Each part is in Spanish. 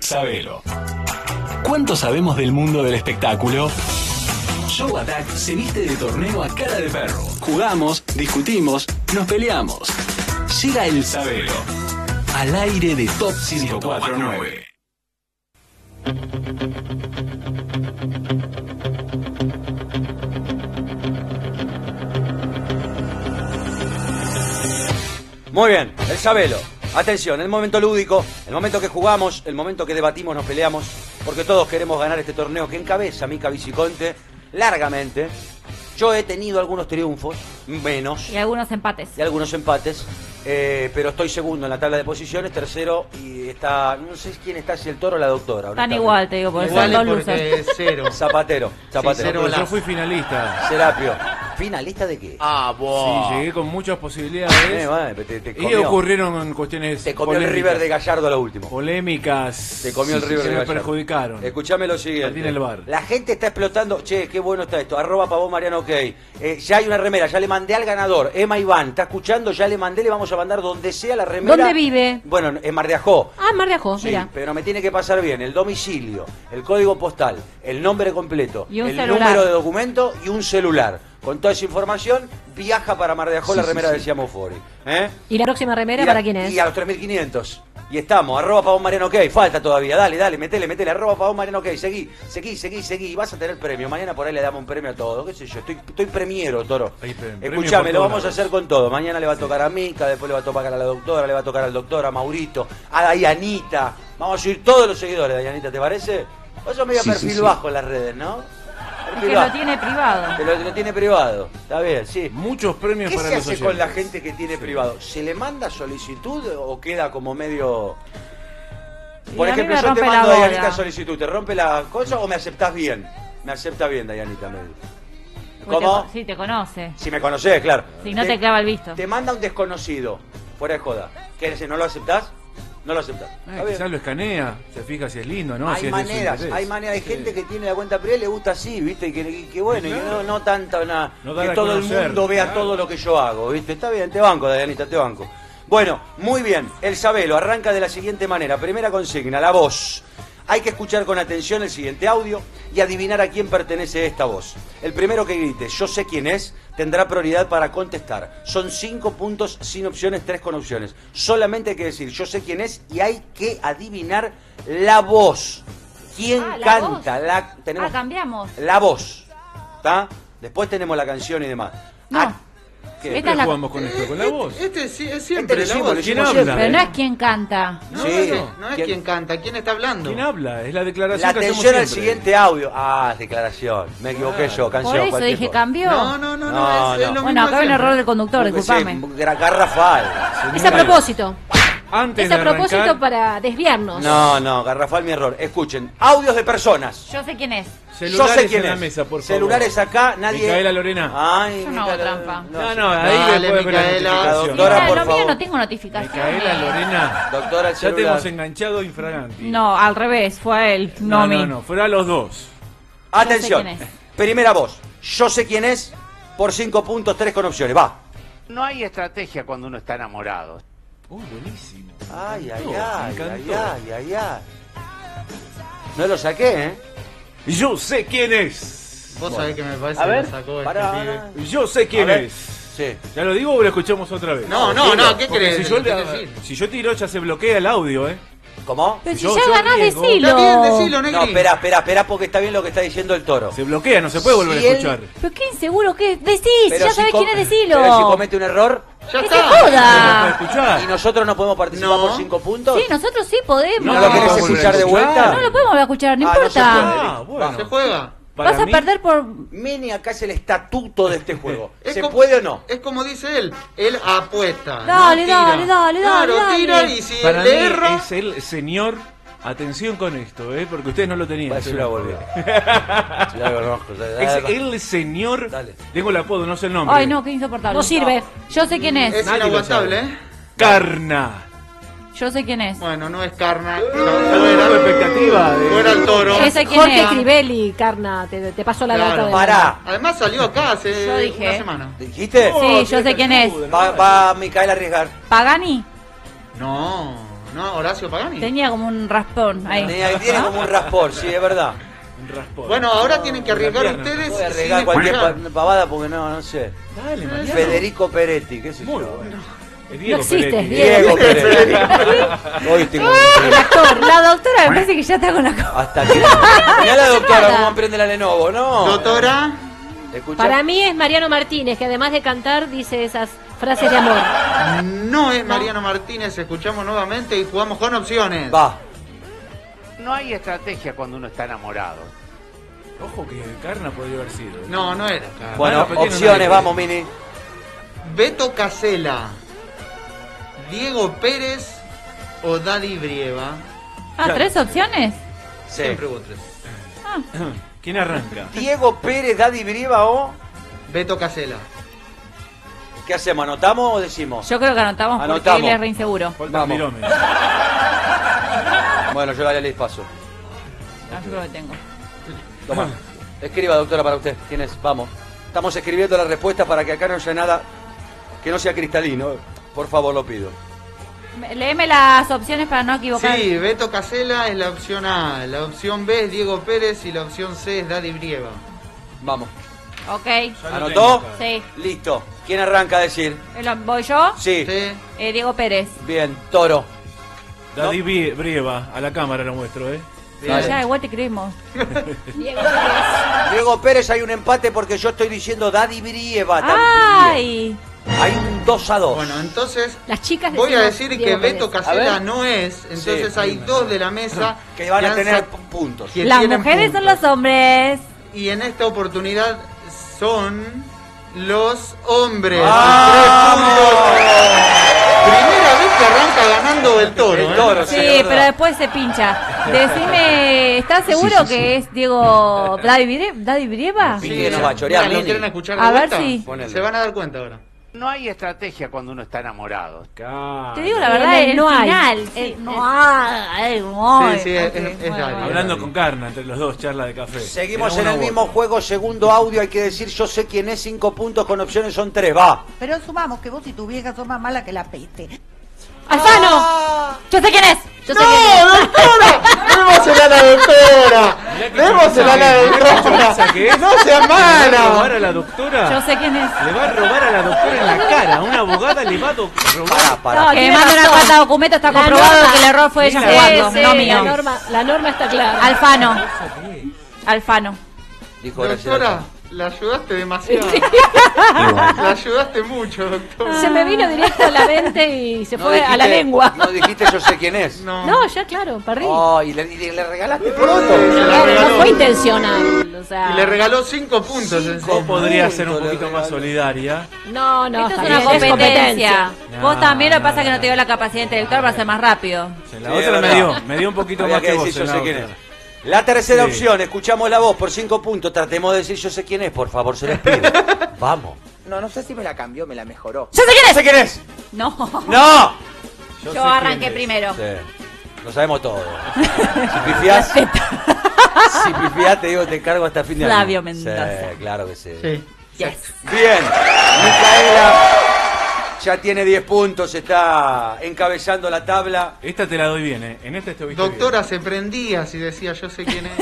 Sabelo. ¿Cuánto sabemos del mundo del espectáculo? Show Attack se viste de torneo a cara de perro. Jugamos, discutimos, nos peleamos. Llega el Sabelo. Al aire de Top 1049. Muy bien, el Sabelo. Atención, el momento lúdico, el momento que jugamos, el momento que debatimos, nos peleamos, porque todos queremos ganar este torneo que encabeza Mica Viciconte largamente. Yo he tenido algunos triunfos, menos, Y algunos empates. y algunos empates, eh, pero estoy segundo en la tabla de posiciones, tercero y está, no sé quién está, si el toro o la doctora. Están honestamente. igual, te digo, porque son Igual dos es luces. porque es cero. Zapatero, Sí, Zapatero. cero Yo balazo. fui finalista. Serapio. ¿Finalista de qué? Ah, vos. Sí, llegué con muchas Eh, posibilidades. madre, te, te Y comió. ocurrieron cuestiones Te comió el polémicas. River de Gallardo a lo último. Polémicas. Te comió el Sí, River que de me Gallardo. perjudicaron. Escuchame lo Martín siguiente. el Bar. La gente está explotando. Che, qué bueno está esto. Arroba pavón Mariano OK. Eh, ya hay una remera, ya le mandé al ganador. Emma Iván, está escuchando, ya le mandé, le vamos a mandar donde sea la remera. ¿Dónde vive? Bueno, en Mar de Ajó. Ah, Mar de Ajó, Sí, mira. pero me tiene que pasar bien el domicilio, el código postal, el nombre completo, Y un el celular. número de documento y un celular. Con toda esa información, viaja para Mar de Ajó, la remera de Siamo Fori. ¿Eh? ¿Y la próxima Y remera a- para quién es? Y a los 3.500. Y estamos, arroba Pavón Mariano OK, falta todavía, dale, dale, metele, metele, arroba Pavón Mariano OK, seguí, seguí, seguí, seguí, y vas a tener premio, mañana por ahí le damos un premio a todo, qué sé yo, estoy, estoy premiero, Toro. Ahí, pre- premio Escuchame, lo por todos vamos a lados. hacer con todo, mañana le va a tocar a Mica, después le va a tocar a la doctora, le va a tocar al doctor, a Maurito, a Dayanita, vamos a subir todos los seguidores, Dayanita, ¿te parece? Vos sos medio Sí, sí, perfil sí. bajo en las redes, ¿no? Es Perfil que bajo. lo tiene privado. Te lo- lo tiene privado, está bien, sí. Muchos premios ¿Qué para se los hace con la oyentes. gente que tiene privado? ¿Se le manda solicitud o queda como medio.? Y Por a mí ejemplo, yo me te rompe la mando a bola. Dayanita solicitud, ¿te rompe la cosa o me aceptás bien? Me acepta bien, Dayanita. me dice. Porque Pues te- ¿Cómo? Sí, te conoce. Si me conocés, claro. Si no te clava el visto. Te manda un desconocido, fuera de joda. ¿Qué decir? ¿No lo aceptás? No lo aceptás. Eh, Está bien. quizás lo escanea, se fija si es lindo, ¿no? si hay es de su maneras, interés. hay maneras, hay Sí. gente que tiene la cuenta privada y le gusta así, ¿viste? Y que, y que bueno, y que no, no tanto nada, No dar que a todo el conocer, mundo vea claro. todo lo que yo hago, ¿viste? Está bien, te banco, Dayanita, te banco. Bueno, muy bien, el Sabelo arranca de la siguiente manera. Primera consigna, la voz. Hay que escuchar con atención el siguiente audio y adivinar a quién pertenece esta voz. El primero que grite, yo sé quién es, tendrá prioridad para contestar. Son cinco puntos sin opciones, tres con opciones. Solamente hay que decir, yo sé quién es y hay que adivinar la voz. ¿Quién Ah, ¿la canta? voz? La, tenemos Ah, cambiamos. la voz. ¿Está? Después tenemos la canción y demás. No. Ah, ¿qué? Esta es la- Siempre jugamos con esto, con la voz. Este, sí, es Este lo siempre la hicimos, voz. lo ¿Quién hicimos habla? Pero siempre. no es quien canta. No, Sí. no, no, no es ¿Quién- quien canta, ¿quién está hablando? ¿Quién habla? Es la La declaración que hacemos atención al siempre. siguiente audio. Ah, declaración. Me equivoqué yo, canción. Por eso cualquier dije, cosa. cambió. No, no, no, no, No, es, es no. lo Bueno, acá mismo hay un siempre. error del conductor, Porque disculpame. sí, gra- Garrafal. Es a propósito. Antes Es de a propósito arrancar, para desviarnos. No, no, Garrafal mi error. Escuchen, audios de personas. Yo sé quién es. celulares Yo sé quién en la es. mesa, por favor. Celulares acá, nadie. Micaela Lorena. Ay, Yo no hago Micaela- trampa. No, no, ahí Dale, después vemos la Micaela. notificación. Doctora, Mira, por Ah, lo favor. mío no tengo notificaciones. Micaela Lorena. Doctora, el Ya te celular. hemos enganchado infraganti. No, al revés, fue a él, no, a no, mí. no, no, fuera los dos. Atención. quién es. Primera voz. Yo sé quién es por cinco puntos, tres con opciones. Va. No hay estrategia cuando uno está enamorado. Oh, Uy, buenísimo. Ay, ay, Me ay, encantó, me ay, encantó. ay, ay, ay. No lo saqué, ¿eh? Yo sé quién es. Vos sabés que me parece A que ver, la sacó este pará, pibe. pará. Yo sé quién A ver. es. Sí. ¿Ya lo digo o lo escuchamos otra vez? No, no, no, ¿qué Porque crees? Si yo, Lo tenés le- que decir. si yo tiro, ya se bloquea el audio, ¿eh? ¿Cómo? Pero si Yo- ya yo ganás, riesgo. Está decilo. bien, decilo, negri. No, espera, espera, espera, porque está bien lo que está diciendo el toro. Se bloquea, no se puede volver Si a él- escuchar. Pero qué inseguro que es. Decís, Pero ya si sabés com- quién es, decilo. Pero si comete un error Ya ¡Que está. se No se joda! puede escuchar. y nosotros no podemos participar No. por cinco puntos. Sí, nosotros sí podemos. ¿No No, lo no querés podemos escuchar de escuchar. vuelta? No lo podemos volver a escuchar, no Ah, no se importa. puede. Ah, bueno. ¿Se juega? Para Vas a mí- perder por. Mini acá es el estatuto de este juego. Es ¿Se como- puede o no? Es como dice él, él apuesta. Dale, no tira. dale, dale, Claro, dale. tira y si Para mí le erra. es el señor. Atención con esto, ¿eh? Porque ustedes no lo tenían. Parece una boludez. Ya lo conozco, ya- ya- Es el señor. Dale. Tengo el apodo, no sé el nombre. Ay, no, qué insoportable. No sirve. Yo sé quién es. Es Nadie lo inaguantable, sabe. ¿eh? Carna. Yo sé quién es. Bueno, no es carna. Tengo Fuera, expectativa Ah. de- fuera el toro. Ese quién Jorge es. Crivelli, carna, te, te pasó la Claro. data. de- Pará. Además salió acá hace Yo dije. una semana. Oh, ¿Dijiste? Sí, yo sé quién es. Va, va Micael a arriesgar. Pagani. No, ¿no? Horacio Pagani. Tenía como un raspón ahí. Tiene, tiene como un raspor, sí, es verdad. Un raspón. Bueno, ahora tienen que arriesgar pierna. ustedes. Voy a sin arriesgar cualquier escuchar. pa- pavada porque no, no sé. Dale, Mariano. Federico Peretti, qué sé Muy yo. bueno. Es No existe, Peretti. es Diego. Peretti. Hoy tengo un- El actor, la doctora me parece que ya está con la co- Hasta que. Mirá la doctora cómo aprende la Lenovo, ¿no? Doctora. Escuchá. Para mí es Mariano Martínez, que además de cantar dice esas frases de amor. No es Mariano Martínez, escuchamos nuevamente y jugamos con opciones. Va. No hay estrategia cuando uno está enamorado. Ojo que Carna podría haber sido. ¿eh? Ah, No, no era. acá. Bueno, Bueno, pero tiene opciones, una vamos, Mini. Beto Casela, Diego Pérez o Daddy Brieva. Ah, ¿tres opciones? Sí. Siempre hubo tres. ¿Quién arranca? Diego Pérez, Daddy Brieva o. Beto Casela. ¿Qué hacemos? ¿Anotamos o decimos? Yo creo que anotamos, Anotamos. porque él es re inseguro. Falta Vamos. Milome. Bueno, yo la les paso. Ah, yo creo que tengo. Toma. Escriba, doctora, para usted. ¿Quién es? Vamos. Estamos escribiendo la respuesta para que acá no haya nada que no sea cristalino. Por favor, lo pido. Me- Léeme las opciones para no equivocar. Sí, Beto Casela es la opción A, la opción B es Diego Pérez y la opción C es Daddy Brieva. Vamos. Ok, ¿Anotó? sí. Listo. ¿Quién arranca a decir? Lo- ¿Voy yo? Sí. Sí. Eh, Diego Pérez. Bien, toro. Daddy Brie- Brieva, a la cámara lo muestro, ¿eh? Sí, Dale. ya, igual te creímos. Diego Pérez, hay un empate porque yo estoy diciendo Daddy Brieva también. ¡Ay! Hay un 2 a 2. Bueno, entonces Las chicas voy a decimos decir que Diego Pérez. Beto A Casela ver. no es, entonces Sí, hay dos de la mesa que van a han tener sa- puntos. que Las tienen mujeres son puntos. los hombres. Y en esta oportunidad son los hombres. Primera vez que arranca ganando el toro. El ¿eh? toro, sí, Sí, es verdad. pero después se pincha. Decime, ¿estás seguro que es Diego Daddy Brie- Daddy Brieva? Sí. que nos va a chorear, Dale, Noni. ¿quieren escuchar de A ver vuelta? si- Ponele. Se van a dar cuenta ahora. No hay estrategia cuando uno está enamorado. Claro. Te digo la En verdad, el el no hay. final. Sí, el- es- no hay. no hay. Sí, sí, es- Ok, es- es bueno, Daddy. bueno. Hablando con Carna, entre los dos, charla de café. Seguimos Era en uno el u mismo otro. juego, segundo audio, hay que decir yo sé quién es, cinco puntos con opciones son tres, va. Pero sumamos que vos y tu vieja son más malas que la peste. Alfano, Ah, yo sé quién es. Yo sé ¡No, quién es. doctora! ¡Démosela a la doctora! Mirá que ¡Démosela a la sonrisa que- doctora! sonrisa que es. ¡No sea ¿Le va a robar mala! a la doctora? Ah, Yo sé quién es. Le va a robar a la doctora en la cara. Una abogada le va a do- robar. Para, para. No, Que tiene manda una razón. cuarta de documento, está La comprobado norma. que el error fue de Sí, ella sí, jugando, Sí, no la, mío. norma, la norma está clara. Alfano. Alfano. Dijo Doctora, Graciela. la ayudaste demasiado. La ayudaste mucho, Ah, doctora. Se me vino directo a la mente y se No fue a dijiste- la lengua. No dijiste yo sé quién es. No. No, ya claro, perdí. Oh, y le, y le regalaste Se pronto. la Claro, no regaló. fue intencional. O sea, Y le regaló cinco puntos. en O podría ser un Punto, le poquito más regalo. solidaria. no, no, Esto es está una bien, competencia. Vos No, también lo que no, pasa es que no te dio la capacidad intelectual para ser más rápido. O sea, La Sí, otra es me verdad. dio, me dio un poquito Había más que que vos. decir en yo la sé quién es. otra. La tercera Sí. opción, escuchamos la voz por cinco puntos, tratemos de decir yo sé quién es, por favor, se les pido. Vamos. No, no sé si me la cambió, me la mejoró. ¡Yo sé ¿No quién sé es! quién es? No, ¡No! Yo sé yo arranqué quién es. primero. Sí, lo sabemos todo. Si pifiás, si pifiás, te digo, te cargo hasta fin de año. Flavio Mendoza. Sí, claro que sí. Sí. Yes. Bien, Micaela ya tiene 10 puntos, está encabezando la tabla. Esta te la doy bien, ¿eh? En esta estuviste bien. Doctora se prendía si decía yo sé quién es.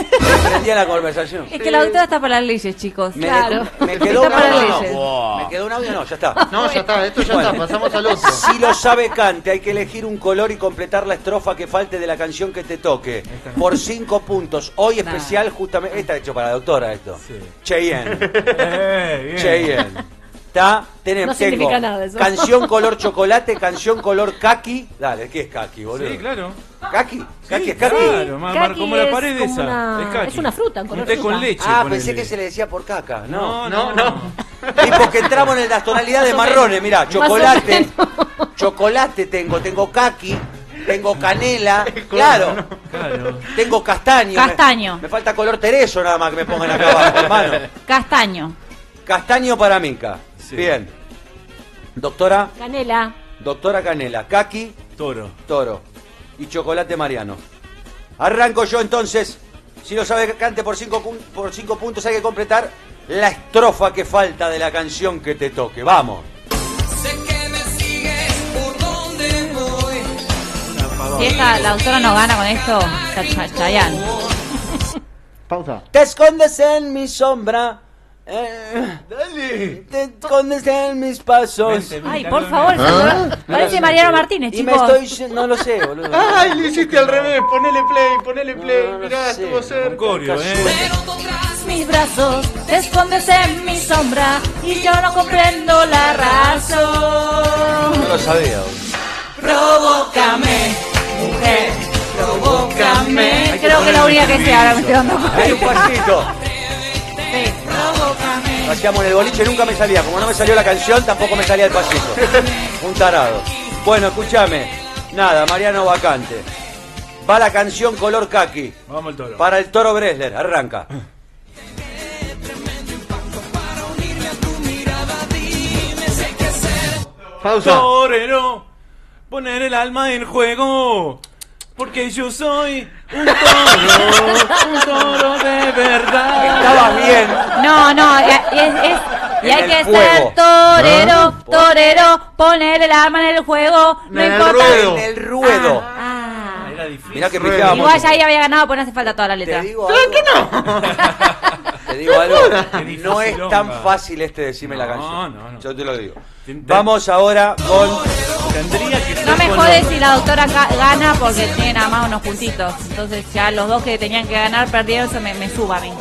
Prendía la conversación. Es que la doctora está para las leyes, chicos. Me, Claro. me quedó un Está para audio, leyes. no. Me quedó un audio, no, ya está. No, ya está, esto ya Bueno. está, pasamos al otro. Si lo sabe Cante, hay que elegir un color y completar la estrofa que falte de la canción que te toque. Por cinco puntos. Hoy Nah. especial, justamente. Está hecho para la doctora esto. Sí. Cheyenne. Eh, bien. Cheyenne. Está, tenemos No significa nada eso. Canción color chocolate, canción color kaki. Dale, ¿qué es kaki, boludo? Sí, claro. ¿Kaki? ¿Kaki Sí, es kaki? Claro, ma- mar- Kaki como la es pared como esa. una- es, kaki. es una fruta, Un color té con fruta. leche. ah, ponele. pensé que se le decía por caca. No. No, No, no. Y porque entramos en las tonalidades Más o marrones, menos. mirá, Más o chocolate, menos. chocolate tengo, tengo kaki, tengo canela, como, claro, Claro. tengo castaño. Castaño. Me, me falta color tereso nada más que me pongan acá abajo, hermano. Castaño. Castaño para Mica. Sí. Bien. Doctora, Canela. doctora Canela, kaki, Toro. toro y chocolate mariano. Arranco yo entonces. Si lo sabe, cante por cinco, pun- por cinco puntos. Hay que completar la estrofa que falta de la canción que te toque. Vamos. Un apagón. Si esta, la autora nos gana con esto, cha- cha- Chayanne. Pausa. Te escondes en mi sombra. eh, Te escondes en mis pasos. Ay, por favor, se acordó- parece Mariano Martínez, Y me chicos. estoy. lle- No lo sé, boludo. ¡Ay, lo hiciste al revés! Ponele play, ponele No, play. no lo Mirá, sé. estuvo cerca. Corio, ¿eh? mis brazos, te escondes en mi sombra y yo no comprendo la razón. No lo sabía. boludo. Provócame, mujer, provócame. Creo que la única que sé ahora me estoy dando cuenta. Hay un pasito. Sí. Provócame. Lo hacíamos en el boliche, nunca me salía. Como no me salió la canción, tampoco me salía el pasito. Un tarado. Bueno, escúchame. Nada, Mariano Vacante. Va la canción color kaki. Vamos al toro. Para el toro Bresler, arranca. Pausa. Torero, poner el alma en juego. Porque yo soy un toro, un toro de verdad. Estabas bien. No, no, ya- y es, es- y En hay el que juego. ser torero, torero, poner el arma en el juego, no En el importa. ruedo. En el ruedo. Ah, Era difícil. Mirá que Ruedo. pijábamos. igual ya ahí había ganado, pues no hace falta toda la Te letra. digo algo. Te digo algo. No es tan fácil este decirme la No, canción. no, no. Yo te lo digo. Ten- Vamos ahora con. Tendría que ser No me con jodes los- si la doctora ca- gana porque tiene nada más unos puntitos. Entonces ya los dos que tenían que ganar perdieron, eso me, me suba a mí.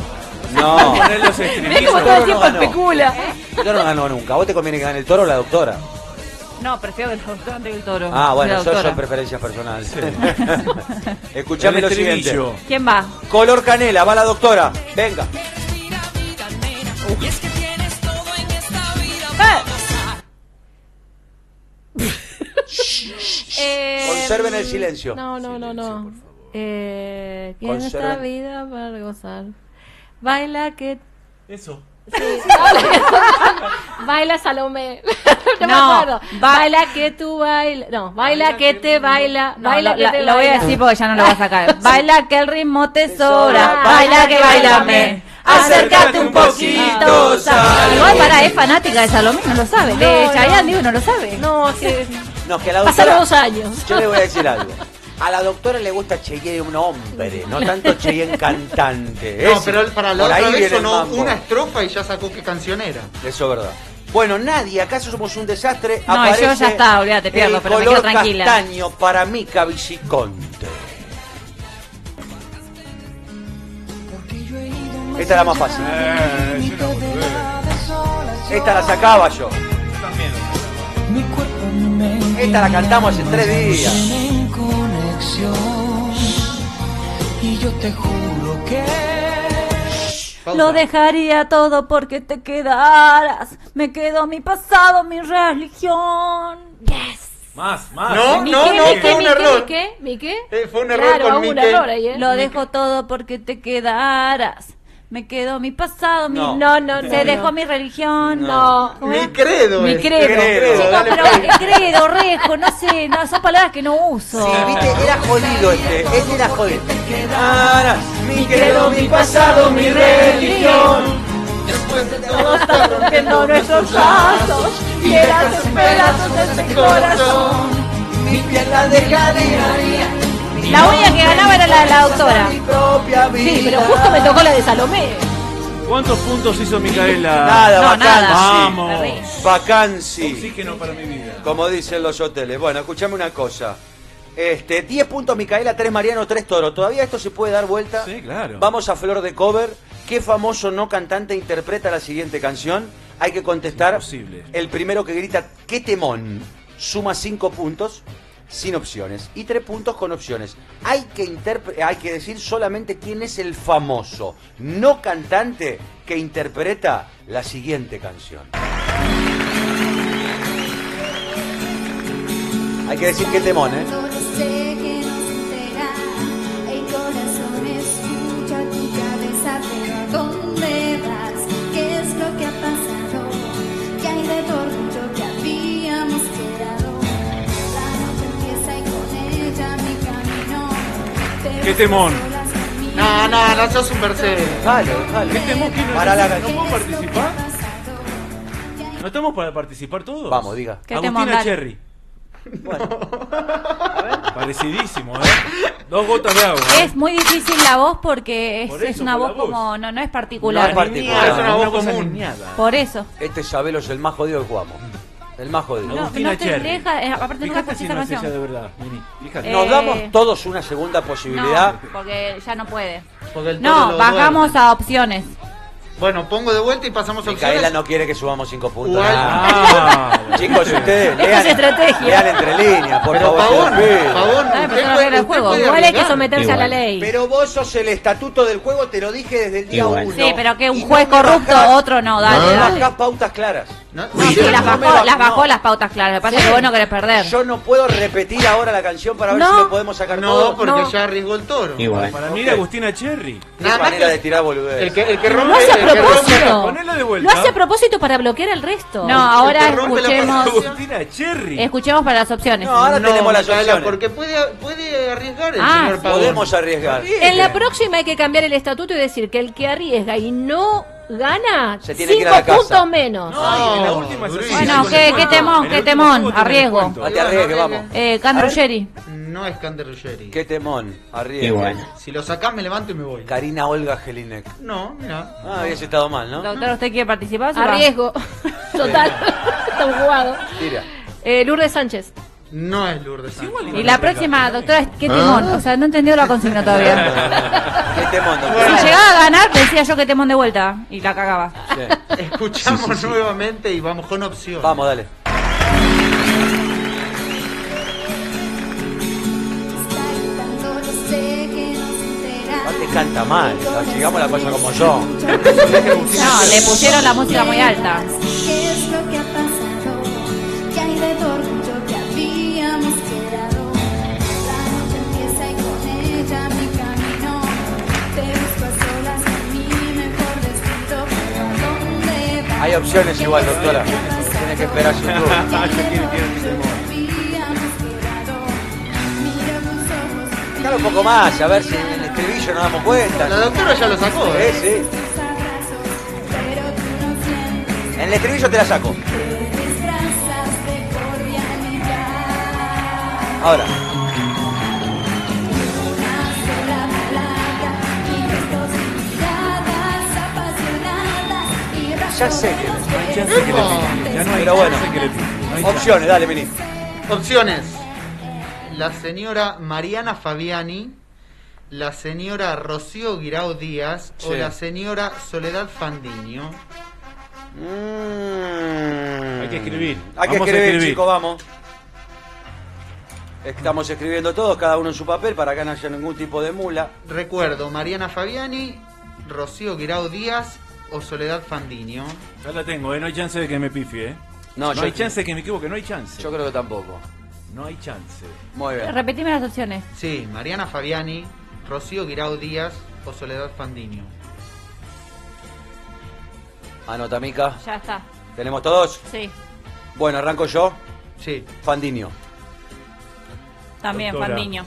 No. Poner los Mirá estribillos. cómo todo el tiempo ganó. especula. Yo no ganó nunca. ¿A vos te conviene que gane el toro o la doctora? No, prefiero que la doctora antes que el toro. Ah, La bueno, eso doctora. son preferencias personales. Escuchame El lo siguiente. estribillo. ¿Quién va? Color canela, va la doctora. Venga. Eh, Conserven el silencio. No, no, no, no. Eh, que en Conserven. esta vida para gozar. Baila que. Eso. Baila Salomé. no, me No, acuerdo. ba- Baila que tú baila. No, baila, que, te baila. No, baila lo, que la- te lo voy a baila. decir porque ya no lo voy a sacar. Baila que el ritmo te sobra, baila que bailame, acércate un poquito. Salomé. Igual para es fanática de Salomé, no lo sabe. de No, Chayanne, no. digo, no lo sabe. No, que. No, que a la Pasaron doctora. dos años. Yo le voy a decir algo. A la doctora le gusta Cheyenne un hombre, no tanto Cheyenne cantante. No, Ese. pero para la Por ahí otra vez viene el sonó mambo. una estrofa y ya sacó qué canción era. Eso es verdad. Bueno, nadie, acaso somos un desastre. No, yo Aparece ya está, olvídate, pierdo, el pero me color quedo tranquila. castaño para Mica Viciconte. Esta era más fácil. Eh, Esta la sacaba yo. Esta la cantamos hace tres días. Lo dejaría todo porque te quedaras. Me quedo mi pasado, mi religión. Yes. Más, más. No, ¿Mi no, qué, no, mi fue qué, un mi qué, error. mi qué, mi qué? Eh, fue un error Claro, con hubo un Mickey. error ahí, ¿eh? Lo dejo todo porque te quedaras. Me quedo mi pasado, mi... No. No, no, no. Se no. dejó mi religión. No. Mi credo. eh. Mi es. credo. Credo, Chicos, dale pero play. credo, rejo, no sé, no, son palabras que no uso. Sí, viste, era jodido este, este era jodido. Ah, no. mi credo, mi pasado, mi religión. rompiendo nuestros lazos y eras en pedazos este corazón. Mi pierna dejaría La única que ganaba era la de la doctora. mi propia vida. Sí, pero justo me tocó la de Salomé. ¿Cuántos puntos hizo Micaela? Nada, No, vacancy. nada. Vamos. Vacancy, Oxígeno para mi vida. como dicen los hoteles. Bueno, escuchame una cosa. Este, 10 puntos Micaela, 3 Mariano, 3 Toro. Todavía esto se puede dar vuelta. Sí, claro. Vamos a flor de cover. ¿Qué famoso no cantante interpreta la siguiente canción? Hay que contestar. Imposible. El primero que grita qué temón suma 5 puntos sin opciones y 3 puntos con opciones. Hay que interpre- hay que decir solamente quién es el famoso no cantante que interpreta la siguiente canción. Hay que decir qué temón, ¿eh? Qué temón. No, no, no sos un Mercedes. Dale, dale. ¿Qué temón que no, Para la ¿No puedo participar? ¿No estamos para participar todos? Vamos, diga. ¿Qué temón, Agustina dale? Cherry. Bueno. Parecidísimo, ¿eh? Dos gotas de agua. ¿eh? Es muy difícil la voz porque es, Por eso, es una por la voz voz. como. No, no es No particular. es particular. Es una voz cosa común. niñada. Por eso. Este Sabelo es el más jodido que jugamos. El más jodido. No, Agustina no te Cherry. deja. eh, aparte, nunca Fíjate escuché si esa no es ella de canción. verdad, Mini. Fíjate. Eh, Nos damos todos una segunda posibilidad. No, porque ya no puede. Porque el toro No, lo bajamos a opciones. duerme. Bueno, pongo de vuelta y pasamos a Micaela opciones. no quiere que subamos cinco puntos. Igual. Ah, Ah, Chicos, si ustedes Esa es estrategia. lean entre líneas, por Pero favor. Pavón, se los pido. Pavón, Dale, pero no usted puede- arregla el usted juego. puede Igual hay que arriesgar. someterse a la ley. Pero vos sos el estatuto del juego, te lo dije desde el día Igual. uno. Sí, pero que Y un no juez me corrupto, bajás- otro no, dale, No me dale. bajás pautas claras. No, no, Sí, no las me bajó, baj- las bajó no. las pautas, claro. Lo que pasa es que vos no querés perder. Yo no puedo repetir ahora la canción para ver No. si lo podemos sacar no, todo. porque No. ya arriesgó el toro. Igual. para mí Ok. era Agustina Cherry. Qué Nada más manera que- de tirar boludez. El que, el que Pero rompe, Lo hace a el que rompe- propósito. Ponela de Lo vuelta. hace a propósito para bloquear al resto. No, ahora te rompe la escuchemos, pasión. Agustina Cherry. escuchemos para las opciones. No, ahora No, tenemos las Micaela, opciones. Porque puede, puede arriesgar el Ah, señor sí. Pavón. Podemos arriesgar. En la próxima hay que cambiar el estatuto y decir que el que arriesga y no gana, Se tiene que ir cinco a la casa. puntos menos. No, en la última es así. Bueno, En el qué- último qué juego. temón, En qué el último temón, juego tiene arriesgo. descuento. No te arriesgues, vamos. Eh, Can Ruggeri. No es Candy Ruggeri. Qué temón, arriesgue. Igual. Si lo sacás, me levanto y me voy. Karina Olga Gelinek. No, mira. Ah, habías estado mal, ¿no? Ah. Doctor, ¿usted quiere participar? se va? Arriesgo. Total. Está jugado. Tira. Eh, Lourdes Sánchez. No es Lourdes Sánchez. Y la próxima, doctora, es qué Ah. temón. O sea, no he entendido la consigna todavía. Qué temón, doctor. Si llegaba a ganar, decía yo que temón de vuelta. Y la cagaba. Sí. Escuchamos nuevamente y vamos con opción. Vamos, dale. No te canta mal. Llegamos la cosa como son. No, le pusieron la música muy alta. ¿Qué es lo que ha pasado? ¿Qué hay de tu orgullo que habíamos quedado? La noche empieza y con ella mi camino. Te busco a solas en mi mejor destino. Pero ¿a dónde vas? Hay opciones igual, doctora. Tienes que esperar su turno. Ah, Dale un poco más, a ver si en el estribillo nos damos cuenta. La doctora ya lo sacó, Sí, ¿eh? sí. En el estribillo te la saco. Ahora. Ya sé que. No hay chance que le pique, Ya no hay Pero bueno. chance que le pique, no hay chance. Opciones, dale, vení. Opciones. La señora Mariana Fabiani, la señora Rocío Guirao Díaz o Sí. la señora Soledad Fandiño. Hay Hay que escribir. Mm. Hay que Vamos a escribir, escribir. chicos, vamos. Estamos escribiendo todos, cada uno en su papel, para que no haya ningún tipo de mula. Recuerdo, Mariana Fabiani, Rocío Guirao Díaz o Soledad Fandiño. Ya la tengo, eh, no hay chance de que me pifie, eh. No, No, yo- hay chance de que me equivoque, no hay chance. Yo creo que tampoco. No hay chance. Muy bien. Repetime las opciones. Sí, Mariana Fabiani, Rocío Guirao Díaz o Soledad Fandiño. Anota, Mica. Ya está. ¿Tenemos todos? Sí. Bueno, arranco yo. Sí, Fandinio. También, Doctora. Fandiño.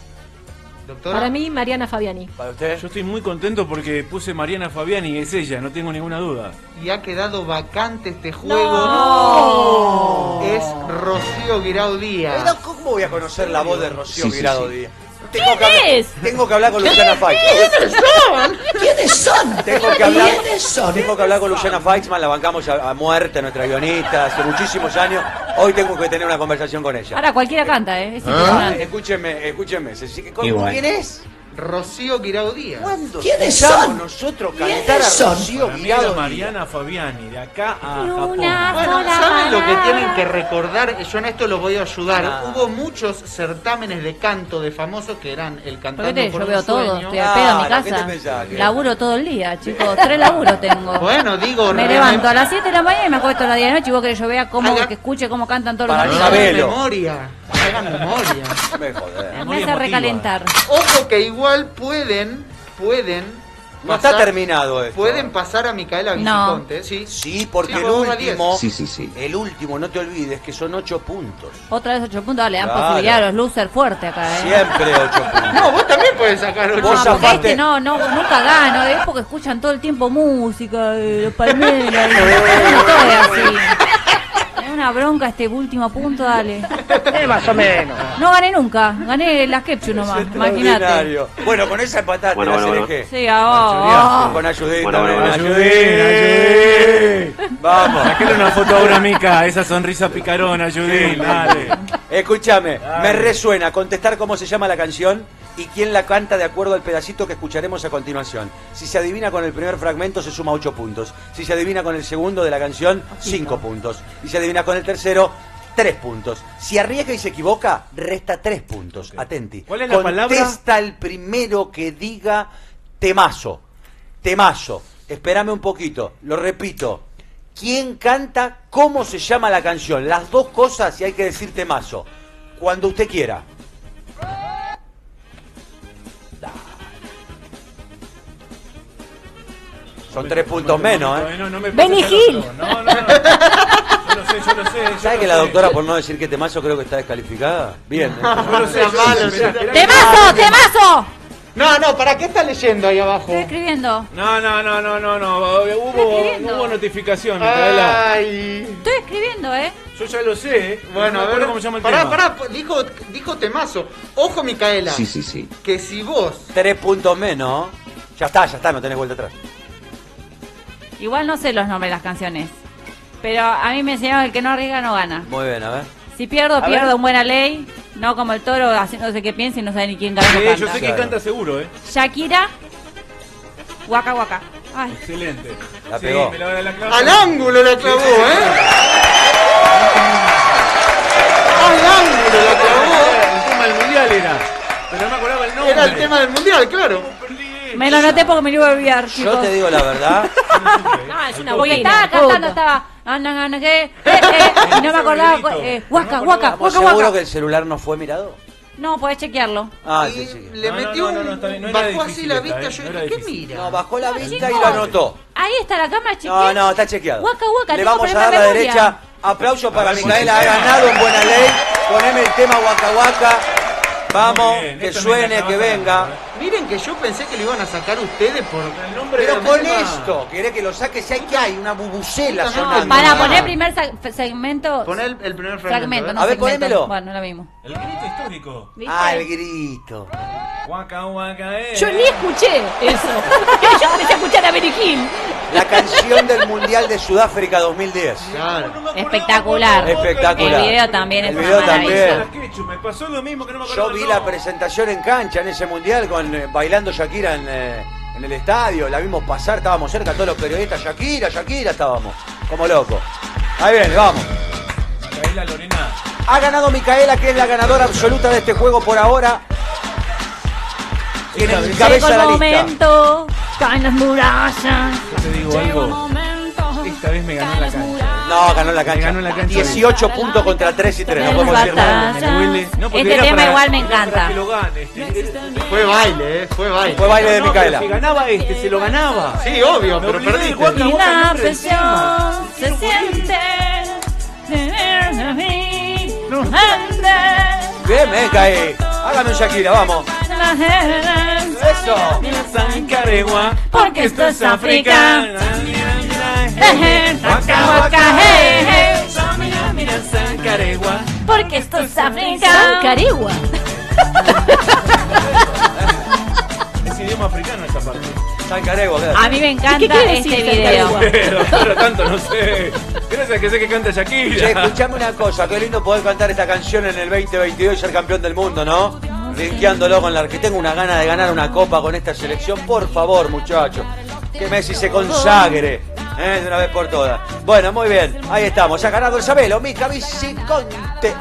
doctora. Para mí, Mariana Fabiani. ¿Para usted? Yo estoy muy contento porque puse Mariana Fabiani y es ella, no tengo ninguna duda. Y ha quedado vacante este juego. Es Rocío Guirao Díaz. Pero, ¿Cómo voy a conocer la voz de Rocío Sí, sí, Virado sí. Díaz? Tengo que, hablar- es? tengo que hablar con Luciana Feitzman. ¿Quiénes son? Tengo que hablar, ¿Quiénes son? tengo que hablar con Luciana Feitzman, la bancamos a, a muerte, nuestra guionista, hace muchísimos años. Hoy tengo que tener una conversación con ella. Ahora cualquiera canta, ¿eh? Es Ah, impresionante. escúcheme, escúcheme. se- se- Igual. ¿Quién es? Rocío Guirao Díaz. ¿Cuándo ¿Quiénes escuchamos son? nosotros ¿Quiénes cantar a son? Rocío Para mí era Virado Díaz? Mariana Fabiani, de acá a Luna. Japón. Bueno, Hola, ¿saben lo que hola. tienen que recordar? Yo en esto los voy a ayudar. Ah. Hubo muchos certámenes de canto de famosos que eran el Porque cantante te- yo veo todo, estoy al pedo en mi Claro, Ah, ¿qué te casa. pensás que- Laburo todo el día, chicos. Tres laburos tengo. Bueno, digo, Me re- levanto a las 7 de la mañana y me acuesto a las 10 de la noche y vos querés que yo vea cómo, Haga- que escuche cómo cantan todos los Para artistas. saber. hagan Sabelo. memoria. Hagan memoria. Me joder. Me hace recalentar. Ojo que igual pueden, pueden. No está pasar- terminado esto. eh. Pueden pasar a Micaela No. Viciconte, ¿sí? Sí, porque Sí, el vamos a diez. último, Sí, sí, sí. el último, no te olvides que son ocho puntos. Otra vez 8 puntos, dale, dan Claro. posibilidad a los losers fuerte acá, Ah. ¿eh? Siempre ocho puntos. No, vos también puedes sacar ocho. Vos No, porque zafaste. este no, no, nunca gano, es porque escuchan eh, todo el tiempo música, eh, palmera, y- no todo es así. Es una una bronca este último punto, dale. Eh, más o menos. No gané nunca, gané las Kepchu nomás, imagínate. Extraordinario. Bueno, con esa empatada Bueno, la bueno, CNG. Sí, ah, oh, Con ayudita, Bueno, bueno, con bueno. ayudín. Vamos. Sacale una foto ahora, Mica, esa sonrisa picarona, Judín, dale. Escúchame, me resuena contestar cómo se llama la canción y quién la canta de acuerdo al pedacito que escucharemos a continuación. Si se adivina con el primer fragmento se suma 8 puntos. Si se adivina con el segundo de la canción, 5 puntos. Y si adivina con el tercero, 3 puntos. Si arriesga y se equivoca, resta 3 puntos. Atenti. ¿Cuál es la palabra? Contesta el primero que diga temazo. Temazo. Espérame un poquito, lo repito. ¿Quién canta? ¿Cómo se llama la canción? Las dos cosas y hay que decir temazo. Cuando usted quiera. Dale. Son tres puntos menos, ¿eh? No, no me Benny pases al Hill. otro. No, no, no. Yo lo sé, yo lo sé. yo ¿Sabe lo que la sé. doctora por no decir que temazo creo que está descalificada? Bien. ¿eh? Yo lo sé, yo lo Malo, sé, ya. esperá, esperá. ¡Temazo, temazo! No, no, ¿para qué está leyendo ahí abajo? Estoy Oh. escribiendo. No, no, no, no, no, no. Hubo, escribiendo. Ah. hubo notificación, Micaela. Ay. Estoy escribiendo, ¿eh? Yo ya lo sé. Bueno, no a me ver. acuerdo cómo se llama el pará, tema. pará, pues, dijo, dijo temazo. Ojo, Micaela. Sí, sí, sí. Que si vos. Tres puntos menos. Ya está, ya está, no tenés vuelta atrás. Igual no sé los nombres de las canciones. Pero a mí me enseñaron que el que no arriesga no gana. Muy bien, a ver. Si pierdo, A pierdo ver. en buena ley. No como el toro haciéndose que piense y no sabe ni quién carajo Sí, yo canta. sé que Claro. canta seguro, ¿eh? Shakira. Waka Waka. Ay, Excelente. La Sí, pegó. me la, la clavo. Al ángulo la clavó, ¿eh? Al ángulo la clavó. El tema del mundial era. Pero no me acordaba el nombre. Era el tema del mundial, claro. me lo anoté porque me lo iba a olvidar, chicos. Yo te digo la verdad. No, Ah, es una Porque boina. estaba cantando, estaba. "Ah, no, no, no, ¿qué? Eh, eh", y no me acordaba. cu- eh, Waka, Waka, ¿Estamos Waka, pues seguro que Waka. el celular no fue mirado? No, podés chequearlo. Ah, Y sí, sí. Le No, no, metió no, no, un- no, está bien, no era bajó así difícil la esta, vista. eh, Yo dije, no era ¿qué difícil. mira? No, bajó la vista y chicos. lo anotó. Ahí está la cámara, chequeé. No, no, está chequeado. Waka, waka, Le tengo vamos a problema dar de la memoria. derecha. Aplauso para Micaela. Ha ganado en buena ley. Poneme el tema Waka Waka. Vamos, Muy bien, que esto me suene, encantaba que también, venga. ¿eh? Miren que yo pensé que lo iban a sacar ustedes por. El nombre Pero del con tema. esto, querés que lo saque si hay que hay una bubucela No, sonando. Para Ah. poner primer sa- segmento. Poner el, el primer fragmento. Fragmento, ¿eh? no A ver, segmento. ponémelo. Bueno, lo mismo. El grito histórico. ¿Viste? Ah, el grito. Guaca, guaca, eh. Yo ni escuché eso. Yo empecé a escuchar a Benny Hill. La canción del Mundial de Sudáfrica 2010. Claro. Espectacular. Espectacular. El video también El es video una maravilla. también. Me pasó lo mismo que no me Yo acordaba vi el la nombre. presentación en cancha en ese mundial con eh, bailando Shakira en, eh, en el estadio. La vimos pasar, estábamos cerca todos los periodistas. Shakira, Shakira estábamos, como locos. Ahí viene, vamos. Micaela Lorena. Ha ganado Micaela, que es la ganadora absoluta de este juego por ahora. Tiene en Llegó cabeza el la lista. momento. Caen las murallas. Yo te digo algo. Esta vez me ganó la cancha. No, ganó la cancha. Ganó la cancha. 18 puntos contra 3 y 3. No podemos decir nada. Me duele. No, porque Este era tema para- igual me era para encanta. Que lo gane. Este- Fue baile, ¿eh? Fue baile. Fue baile de No, pero Micaela. Si ganaba este, se lo ganaba. Sí, obvio, Me pero olvidé del perdiste. Waka Y Waka, el la nombre del tema. presión se siente. No. Bien, venga ahí. Hágame un Shakira, vamos. Eso. Sancaregua, Porque esto es África. Waka, waka, hey, hey. Mira Sancaregua. eh, Porque esto es África. Caregua. Es idioma africano esta parte. Sancarego, quédate. A mí me ¿Y qué encanta quiere este decir video. Tantarugua? Pero, pero tanto no sé. Gracias que sé que canta Che, Shakira. escuchame una cosa, qué lindo poder cantar esta canción en el 2022 y ser campeón del mundo, ¿no? Linkeándolo con la que tengo una gana de ganar una copa con esta selección, por favor, muchachos. Que Messi se consagre, ¿eh? de una vez por todas. Bueno, muy bien, ahí estamos. Ha ganado el Sabelo, Mica Viciconte.